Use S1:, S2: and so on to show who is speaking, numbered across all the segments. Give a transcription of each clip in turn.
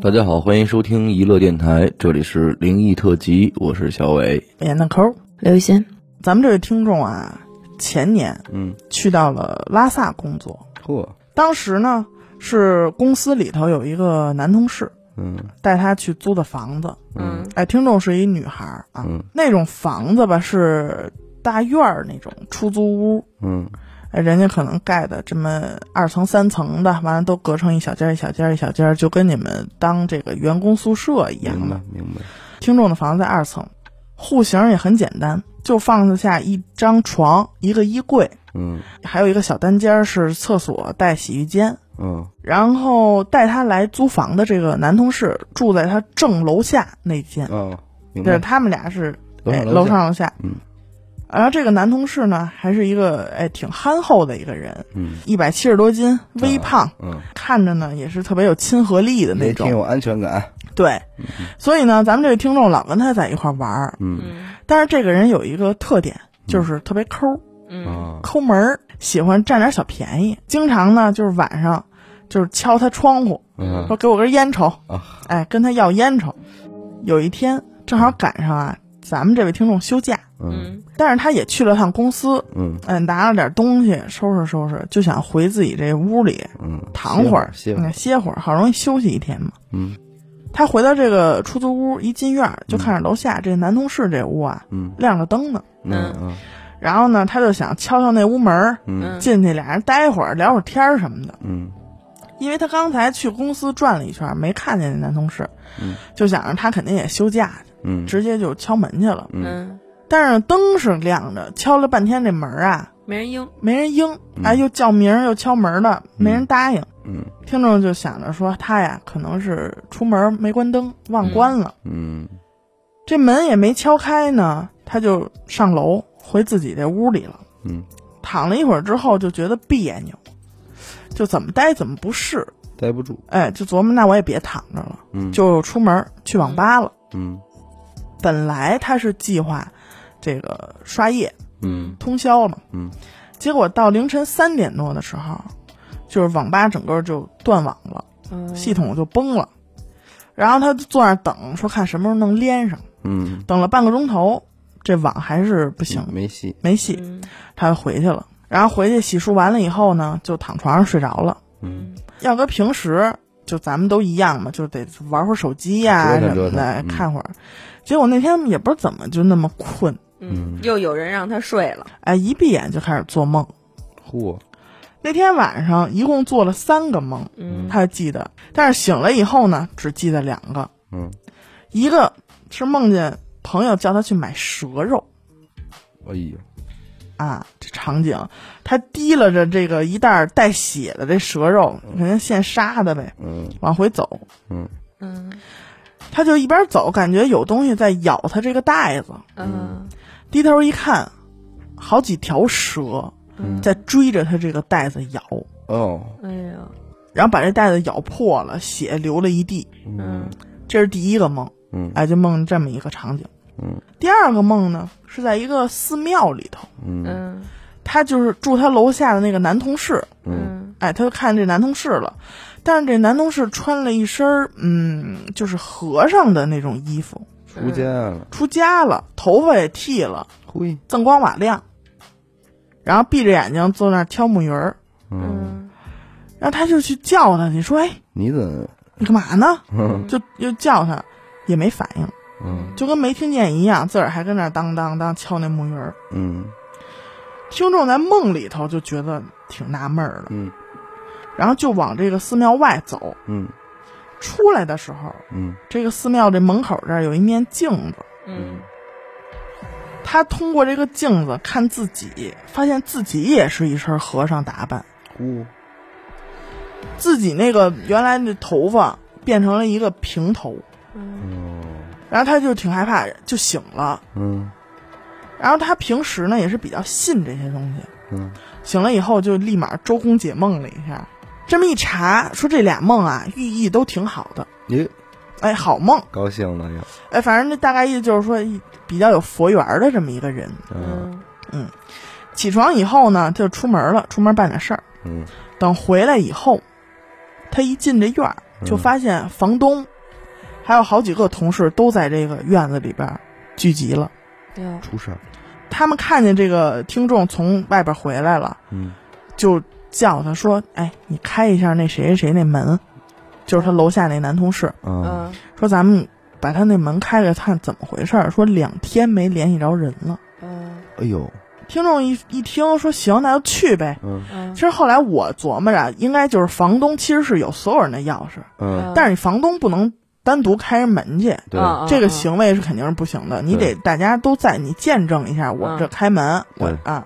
S1: 大家好，欢迎收听娱乐电台，这里是灵异特辑，我是小伟。
S2: 演的抠儿。
S3: 刘雨欣，
S2: 咱们这位听众啊，前年
S1: 嗯，
S2: 去到了拉萨工作，
S1: 呵，
S2: 当时呢是公司里头有一个男同事
S1: 嗯
S2: 带他去租的房子，
S1: 嗯，
S2: 哎，听众是一女孩儿啊，
S1: 嗯
S2: 那种房子吧是大院儿那种出租屋。
S1: 嗯
S2: 哎人家可能盖的这么二层三层的，完了都隔成一小间儿一小间儿一小间儿，就跟你们当这个员工宿舍一样
S1: 明
S2: 的
S1: 白。明白。
S2: 听众的房子在二层，户型也很简单，就放得下一张床、一个衣柜，
S1: 嗯
S2: 还有一个小单间儿是厕所带洗浴间。
S1: 嗯
S2: 然后带他来租房的这个男同事住在他正楼下那间，
S1: 哦，明
S2: 就是
S1: 白。
S2: 他们俩是
S1: 楼
S2: 哎
S1: 上
S2: 楼
S1: 楼下。
S2: 上楼下。
S1: 嗯
S2: 然后这个男同事呢，还是一个哎挺憨厚的一个人，
S1: 嗯
S2: 一百七十多斤，微
S1: 啊
S2: 胖，
S1: 嗯，
S2: 看着呢也是特别有亲和力的那
S1: 也挺
S2: 种。
S1: 有嗯安全感。
S2: 对，所以呢，咱们这个听众老跟他在一块儿玩儿，
S1: 嗯
S3: 嗯
S2: 但是这个人有一个特点，就是特别抠，
S3: 嗯
S1: 啊，
S2: 抠门儿，喜欢占点小便宜，经常呢就是晚上就是敲他窗户，
S1: 嗯
S2: 说给我根烟抽
S1: 啊，
S2: 哎，跟他要烟抽。有一天正好赶上啊，咱们这位听众休假，
S1: 嗯
S2: 但是他也去了趟公司，
S1: 嗯
S2: 嗯，拿了点东西收拾收拾，就想回自己这屋里
S1: 嗯，
S2: 躺会儿，
S1: 歇
S2: 嗯
S1: 儿。
S2: 歇会儿，好容易休息一天嘛。
S1: 嗯
S2: 他回到这个出租屋，一进院儿就看着楼下这男同事这屋啊
S1: 嗯
S2: 亮着灯呢。
S1: 嗯
S2: 然后呢，他就想敲敲那屋门儿，
S1: 嗯
S2: 进去俩人待会儿聊会儿天儿什么的。
S1: 嗯
S2: 因为他刚才去公司转了一圈，没看见那男同事，
S1: 嗯
S2: 就想着他肯定也休假，
S1: 嗯，
S2: 直接就敲门去了。
S3: 嗯，
S2: 但是灯是亮着，敲了半天这门啊
S3: 没人应，
S2: 没人应，
S1: 嗯
S2: 哎，又叫名儿又敲门的，没人答应。
S1: 嗯
S2: 听众就想着说他呀可能是出门没关灯忘关了，
S1: 嗯
S2: 这门也没敲开呢，他就上楼回自己这屋里了。
S1: 嗯，
S2: 躺了一会儿之后就觉得别扭，就怎么待怎么不适，
S1: 待不住。
S2: 哎，就琢磨那我也别躺着了，
S1: 嗯，
S2: 就出门去网吧了。
S1: 嗯
S2: 本来他是计划这个刷夜
S1: 嗯
S2: 通宵嘛，
S1: 嗯，
S2: 结果到凌晨三点多的时候，就是网吧整个就断网了，
S3: 嗯
S2: 系统就崩了。然后他就坐那儿等，说看什么时候能连上。
S1: 嗯，
S2: 等了半个钟头，这网还是不行，
S1: 没戏。
S2: 没戏。
S3: 嗯
S2: 他就回去了。然后回去洗漱完了以后呢，就躺床上睡着了。
S1: 嗯
S2: 要搁平时，就咱们都一样嘛，就得玩会儿手机呀、
S1: 折腾
S2: 什
S1: 折
S2: 么的，
S1: 腾嗯
S2: 看会儿。结果那天也不知道怎么就那么困，
S3: 嗯，又有人让他睡了，
S2: 哎，一闭眼就开始做梦。
S1: 嚯，
S2: 那天晚上一共做了三个梦，
S3: 嗯
S2: 他记得，但是醒了以后呢，只记得两个，
S1: 嗯，
S2: 一个是梦见朋友叫他去买蛇肉
S1: 哎呦，
S2: 啊，这场景，他提拉着这个一袋儿带血的这蛇肉，人家现杀的呗，
S1: 嗯
S2: 往回走，
S1: 嗯
S3: 嗯
S2: 他就一边走，感觉有东西在咬他这个袋子，
S3: 嗯
S2: 低头一看，好几条蛇
S3: 嗯
S2: 在追着他这个袋子咬，
S1: 哦，
S3: 哎呀，
S2: 然后把这袋子咬破了，血流了一地。
S3: 嗯
S2: 这是第一个梦，
S1: 嗯
S2: 哎，就梦这么一个场景。
S1: 嗯
S2: 第二个梦呢，是在一个寺庙里头，
S1: 嗯
S3: 嗯
S2: 他就是住他楼下的那个男同事，
S3: 嗯
S2: 哎，他就看这男同事了，但是这男同事穿了一身儿嗯，就是和尚的那种衣服，
S1: 出家了，
S2: 出家了，头发也剃了，
S1: 嘿，
S2: 锃光瓦亮，然后闭着眼睛坐那儿挑木鱼儿，
S1: 嗯，
S3: 嗯
S2: 然后他就去叫他，你说哎，
S1: 你怎么，
S2: 你干嘛呢？
S1: 嗯
S2: 就又叫他，也没反应，
S1: 嗯
S2: 就跟没听见一样，自个儿还跟那儿当当当敲那木鱼儿。
S1: 嗯
S2: 听众在梦里头就觉得挺纳闷儿的，
S1: 嗯
S2: 然后就往这个寺庙外走。
S1: 嗯
S2: 出来的时候，
S1: 嗯
S2: 这个寺庙这门口这儿有一面镜子，
S3: 嗯
S2: 他通过这个镜子看自己，发现自己也是一身和尚打扮。
S1: 呼，
S2: 自己那个原来的头发变成了一个平头，
S3: 嗯
S1: 哦，
S2: 然后他就挺害怕，就醒了。
S1: 嗯
S2: 然后他平时呢也是比较信这些东西，
S1: 嗯
S2: 醒了以后就立马周公解梦了一下，这么一查，说这俩梦啊寓意都挺好的，
S1: 耶，
S2: 哎，好梦，
S1: 高兴了又，
S2: 哎，反正这大概意思就是说一比较有佛缘儿的这么一个人。
S1: 嗯
S2: 起床以后呢，就出门了，出门办点事儿。
S1: 嗯
S2: 等回来以后，他一进这院儿，就发现房东还有好几个同事都在这个院子里边儿聚集了。
S3: 嗯，
S1: 出事儿，
S2: 他们看见这个听众从外边回来了，
S1: 嗯
S2: 就叫他说：“哎，你开一下那谁谁谁那门，就是他楼下那男同事，
S1: 啊，
S3: 嗯
S2: 说咱们把他那门开开看怎么回事儿。说两天没联系着人了。
S3: 嗯
S1: 哎呦，
S2: 听众一一听说行，那就去呗。
S1: 嗯
S3: 嗯
S2: 其实后来我琢磨着，应该就是房东其实是有所有人的钥匙，
S1: 嗯，
S2: 但是你房东不能单独开门去，
S1: 对，
S3: 嗯
S2: 这个行为是肯定是不行的。你
S1: 对
S2: 得大家都在，你见证一下我
S3: 嗯
S2: 这开门，我
S1: 对
S2: 啊，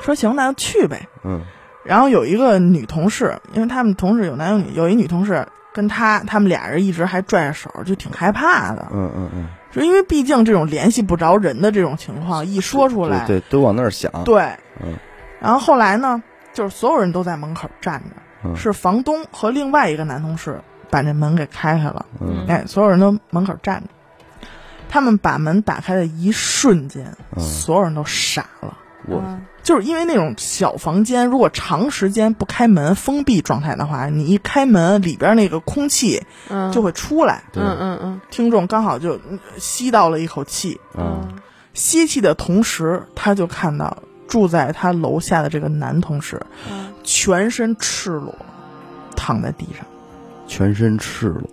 S2: 说行，那就去呗。
S1: 嗯
S2: 然后有一个女同事，因为他们同事有男有女，有一女同事跟他，他们俩人一直还拽着手，就挺害怕的，
S1: 嗯嗯嗯，
S2: 就因为毕竟这种联系不着人的这种情况一说出来，
S1: 对，对都往那儿想，
S2: 对，
S1: 嗯
S2: 然后后来呢，就是所有人都在门口站着，
S1: 嗯
S2: 是房东和另外一个男同事把这门给开开了，
S1: 嗯
S2: 哎，所有人都门口站着。他们把门打开的一瞬间，
S1: 嗯
S2: 所有人都傻了，
S3: 嗯
S1: 我
S2: 就是因为那种小房间，如果长时间不开门、封闭状态的话，你一开门，里边那个空气
S3: 嗯
S2: 就会出来，
S1: 对
S3: 嗯嗯嗯
S2: 听众刚好就嗯吸到了一口气，
S1: 啊，
S2: 吸气的同时，他就看到住在他楼下的这个男同事
S3: 嗯
S2: 全身赤裸，躺在地上，
S1: 全身赤裸，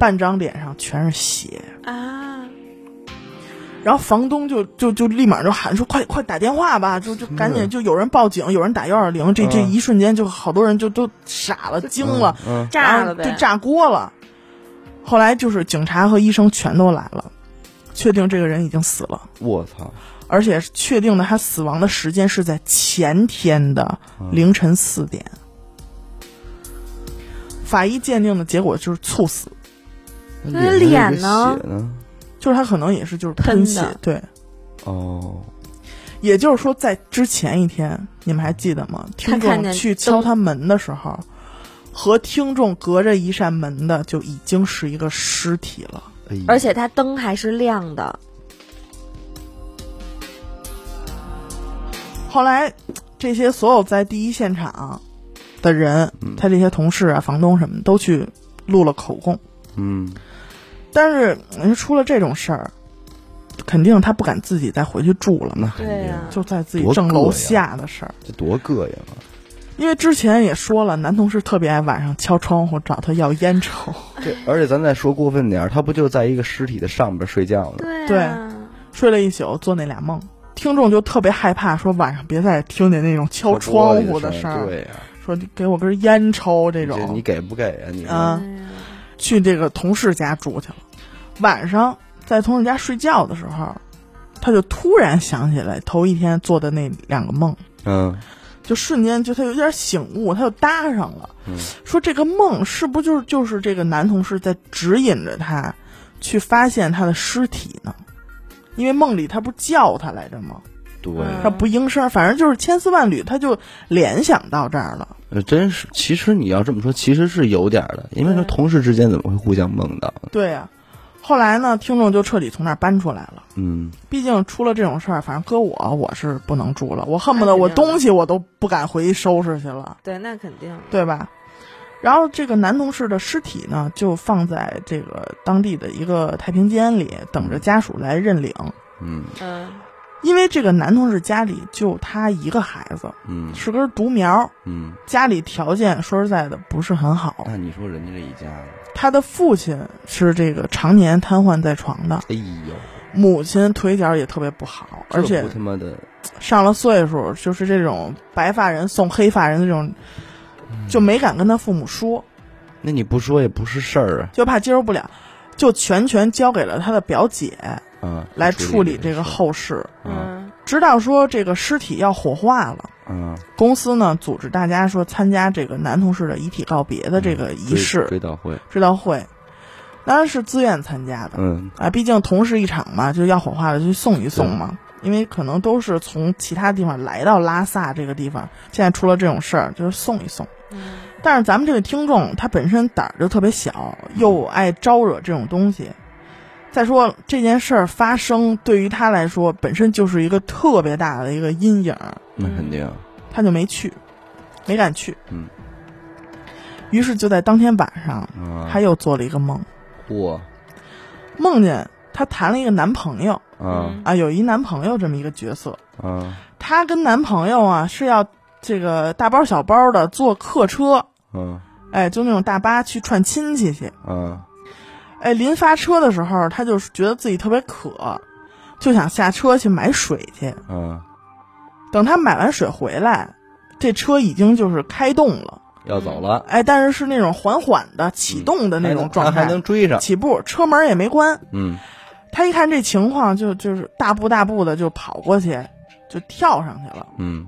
S2: 半张脸上全是血。
S3: 啊
S2: 然后房东就就就立马就喊说：“快快打电话吧！”就就赶紧就有人报警，有人打幺二零。这这
S1: 嗯
S2: 一瞬间就好多人就都傻了，惊了，
S1: 嗯，
S3: 炸
S2: 然后
S3: 了
S2: 就
S3: 呗，
S2: 炸锅了。后来就是警察和医生全都来了，确定这个人已经死了，
S1: 嗯，我操，
S2: 而且确定了他死亡的时间是在前天的
S1: 嗯
S2: 凌晨四点。法医鉴定的结果就是猝死，
S3: 那
S1: 脸
S3: 脸呢
S1: 血呢？
S2: 就是他可能也是就是
S3: 喷
S2: 喷
S3: 的
S2: 血，对。
S1: 哦，
S2: 也就是说，在之前一天，你们还记得吗？听
S3: 看
S2: 众
S3: 见
S2: 去
S3: 灯
S2: 敲他门的时候，和听众隔着一扇门的就已经是一个尸体了。
S1: 哎呀
S3: 而且它灯还是亮的，
S2: 后来，这些所有在第一现场的人，他这些同事啊、房东什么的都去录了口供。
S1: 嗯，
S2: 但是嗯出了这种事儿，肯定他不敢自己再回去住了嘛，
S1: 肯定
S3: 对啊呀
S2: 就在自己
S1: 多
S2: 正
S1: 膈
S2: 楼
S1: 应
S2: 下的事儿。
S1: 这多膈应啊！
S2: 因为之前也说了，男同事特别爱晚上敲窗户找他要烟抽。
S1: 这而且咱再说过分点儿，他不就在一个尸体的上边睡觉呢？
S3: 对
S2: 对
S3: 啊
S2: 睡了一宿，做那俩梦。听众就特别害怕，说晚上别再听见那种敲窗户
S1: 的
S2: 声儿，
S1: 对呀，
S2: 说你给我根烟抽这
S1: 这你
S2: 种。
S1: 给不给啊？你
S3: 哎
S2: 啊，去这个同事家住去了。晚上在同事家睡觉的时候，他就突然想起来头一天做的那两个梦，
S1: 嗯
S2: 就瞬间就他有点醒悟，他就搭上了，
S1: 嗯
S2: 说这个梦是不是就是就是这个男同事在指引着他去发现他的尸体呢？因为梦里他不叫他来着吗？
S1: 对，
S3: 嗯
S2: 他不应声，反正就是千丝万缕，他就联想到这儿了。
S1: 呃真是，其实你要这么说，其实是有点儿的，因为说
S3: 对
S1: 同事之间怎么会互相梦到？
S2: 对呀、后来呢，听众就彻底从那儿搬出来了。
S1: 嗯，
S2: 毕竟出了这种事儿，反正搁我我是不能住了，我恨不得我
S3: 那肯定的
S2: 东西我都不敢回去收拾去了，
S3: 对，那肯定，
S2: 对吧？然后这个男同事的尸体呢，就放在这个当地的一个太平间里，等着家属来认领。
S1: 嗯
S3: 嗯
S2: 因为这个男同事家里就他一个孩子，
S1: 嗯
S2: 是根独苗，
S1: 嗯，
S2: 家里条件说实在的不是很好。
S1: 那你说人家这一家子，
S2: 他的父亲是这个常年瘫痪在床的，
S1: 哎呦，
S2: 母亲腿脚也特别不好，啊而
S1: 这
S2: 且
S1: 不他妈的，
S2: 上了岁数，就是这种白发人送黑发人的这种，
S1: 嗯
S2: 就没敢跟他父母说，
S1: 那你不说也不是事儿啊
S2: 就怕接受不了，就全权交给了他的表姐
S1: 啊！
S2: 来
S1: 处
S2: 处理这个
S1: 事
S2: 后事，
S1: 啊
S3: 嗯
S2: 直到说这个尸体要火化了。
S1: 啊，
S2: 公司呢组织大家说参加这个男同事的遗体告别的这个仪
S1: 嗯追
S2: 式
S1: 追悼会，
S2: 追悼会，当然是自愿参加的。
S1: 嗯
S2: 啊，毕竟同事一场嘛，就要火化了，就送一送嘛。因为可能都是从其他地方来到拉萨这个地方，现在出了这种事儿，就是送一送。
S3: 嗯
S2: 但是咱们这个听众他本身胆儿就特别小，又爱招惹这种东西。再说了这件事儿发生，对于他来说本身就是一个特别大的一个阴影儿，
S1: 那肯定，
S2: 他就没去，没敢去。
S1: 嗯。
S2: 于是就在当天晚上，
S1: 啊，
S2: 他又做了一个梦，
S1: 嚯，
S2: 梦见她谈了一个男朋友
S3: 嗯
S1: 啊
S2: 啊，有一男朋友这么一个角色。
S1: 啊
S2: 她跟男朋友啊是要这个大包小包的坐客车，
S1: 啊
S2: 哎，就那种大巴去串亲戚去。
S1: 啊，
S2: 哎，临发车的时候，她就是觉得自己特别渴，就想下车去买水去。
S1: 啊，
S2: 等她买完水回来，这车已经就是开动了，
S1: 要走了，
S2: 哎，但是是那种缓缓的启动的那
S1: 还
S2: 种
S1: 能
S2: 状
S1: 嗯还
S2: 态，
S1: 能追上，
S2: 起步，车门也没关。
S1: 嗯
S2: 他一看这情况就，就是大步大步的就跑过去，就跳上去了。
S1: 嗯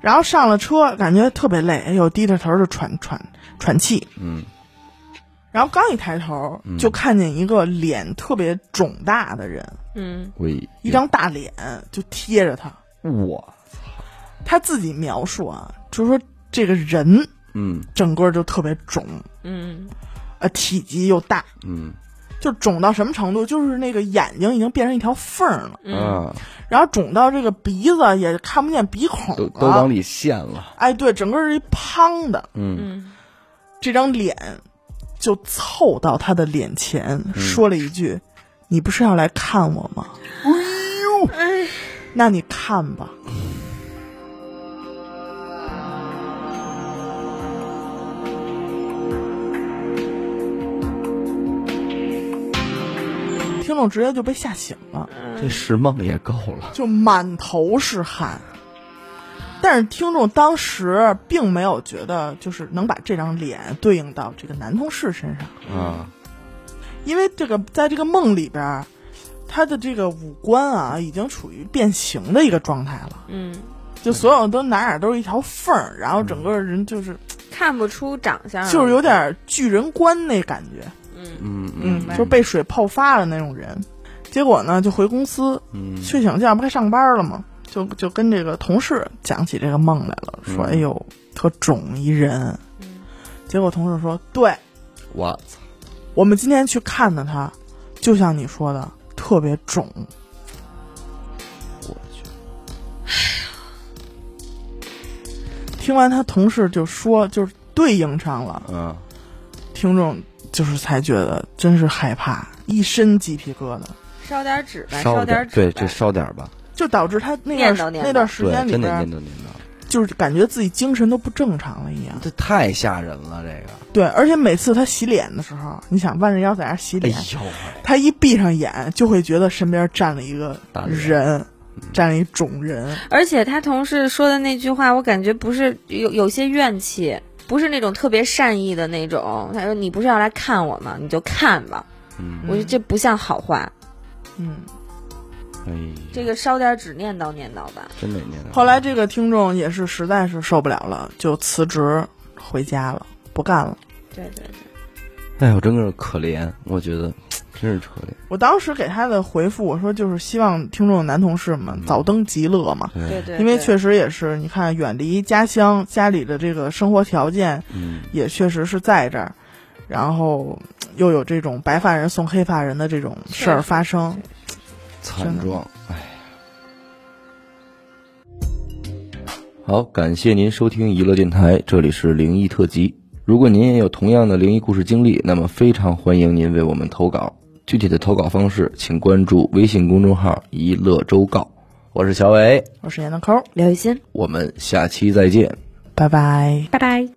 S2: 然后上了车，感觉特别累，哎呦，低着头就喘喘喘气。
S1: 嗯
S2: 然后刚一抬头，
S1: 嗯
S2: 就看见一个脸特别肿大的人，
S3: 嗯
S1: 喂，
S2: 一张大脸就贴着他。
S1: 我，
S2: 他自己描述啊，就是说这个人
S1: 嗯
S2: 整个就特别肿，
S3: 嗯
S2: 呃，体积又大，
S1: 嗯
S2: 就肿到什么程度？就是那个眼睛已经变成一条缝儿了，
S3: 嗯
S1: 啊，
S2: 然后肿到这个鼻子也看不见鼻孔
S1: 都
S2: 了，
S1: 都往里陷了，
S2: 哎，对，整个是一胖的，
S1: 嗯
S3: 嗯
S2: 这张脸就凑到他的脸前，说了一句：“你不是要来看我吗？”
S3: 哎，
S2: 那你看吧。听众直接就被吓醒了，
S1: 这是梦也够了，
S2: 就满头是汗。但是听众当时并没有觉得，就是能把这张脸对应到这个男同事身上，
S1: 啊，
S2: 因为这个在这个梦里边儿，他的这个五官啊已经处于变形的一个状态了，
S3: 嗯，
S2: 就所有都哪哪都是一条缝儿，然后整个人就是
S3: 看不出长相，
S2: 嗯就是有点巨人观那感觉，
S3: 嗯
S1: 嗯
S3: 明白
S2: 就是被水泡发了那种人。结果呢，就回公司
S1: 嗯
S2: 去请假，不该上班了吗？就就跟这个同事讲起这个梦来了，说：“
S1: 嗯
S2: 哎呦，特肿一人。”结果同事说：“对
S1: 我
S2: 我们今天去看的他，就像你说的，特别肿。”
S1: 我去，
S2: 听完他同事就说，就是对应上了，
S1: 啊，
S2: 听众就是才觉得真是害怕，一身鸡皮疙瘩，
S3: 烧点纸吧，
S1: 烧
S3: 点纸
S1: 对，
S3: 吧
S1: 这烧点儿吧，
S2: 就导致他那
S3: 念
S2: 段
S3: 叨念叨
S2: 那段时
S1: 对，
S2: 间里
S1: 真得
S2: 边
S1: 念，叨念叨。
S2: 就是感觉自己精神都不正常了一样。
S1: 这太吓人了，这个。
S2: 对，而且每次他洗脸的时候，你想弯着腰在那儿洗
S1: 哎
S2: 脸，
S1: 呦喂，
S2: 他一闭上眼就会觉得身边站了一个
S1: 大人嗯
S2: 人，站了一种人，
S3: 而且他同事说的那句话，我感觉不是有有些怨气，不是那种特别善意的那种。他说：“你不是要来看我吗？你就看吧。”
S1: 嗯，
S3: 我觉得这不像好话，
S2: 嗯。
S1: 哎呦，
S3: 这个烧点纸念叨念叨吧。
S1: 真得念叨。
S2: 后来这个听众也是实在是受不了了，就辞职回家了，不干了。
S3: 对对对，
S1: 哎呦，真是可怜，我觉得真是可怜。
S2: 我当时给他的回复，我说就是希望听众男同事
S1: 嗯
S2: 们早登极乐嘛，
S3: 对，对，
S2: 哎因为
S3: 对
S2: 确实也是，你看远离家乡，家里的这个生活条件
S1: 嗯
S2: 也确实是在这儿，然后嗯又有这种白发人送黑发人的这种事儿发生，。
S1: 惨状，哎。好，感谢您收听娱乐电台，这里是灵异特辑。如果您也有同样的灵异故事经历，那么非常欢迎您为我们投稿。具体的投稿方式，请关注微信公众号“一乐周告”。我是小伟，
S2: 我是闫德抠，
S3: 刘雨欣，
S1: 我们下期再见。
S2: 拜拜。
S3: 拜拜。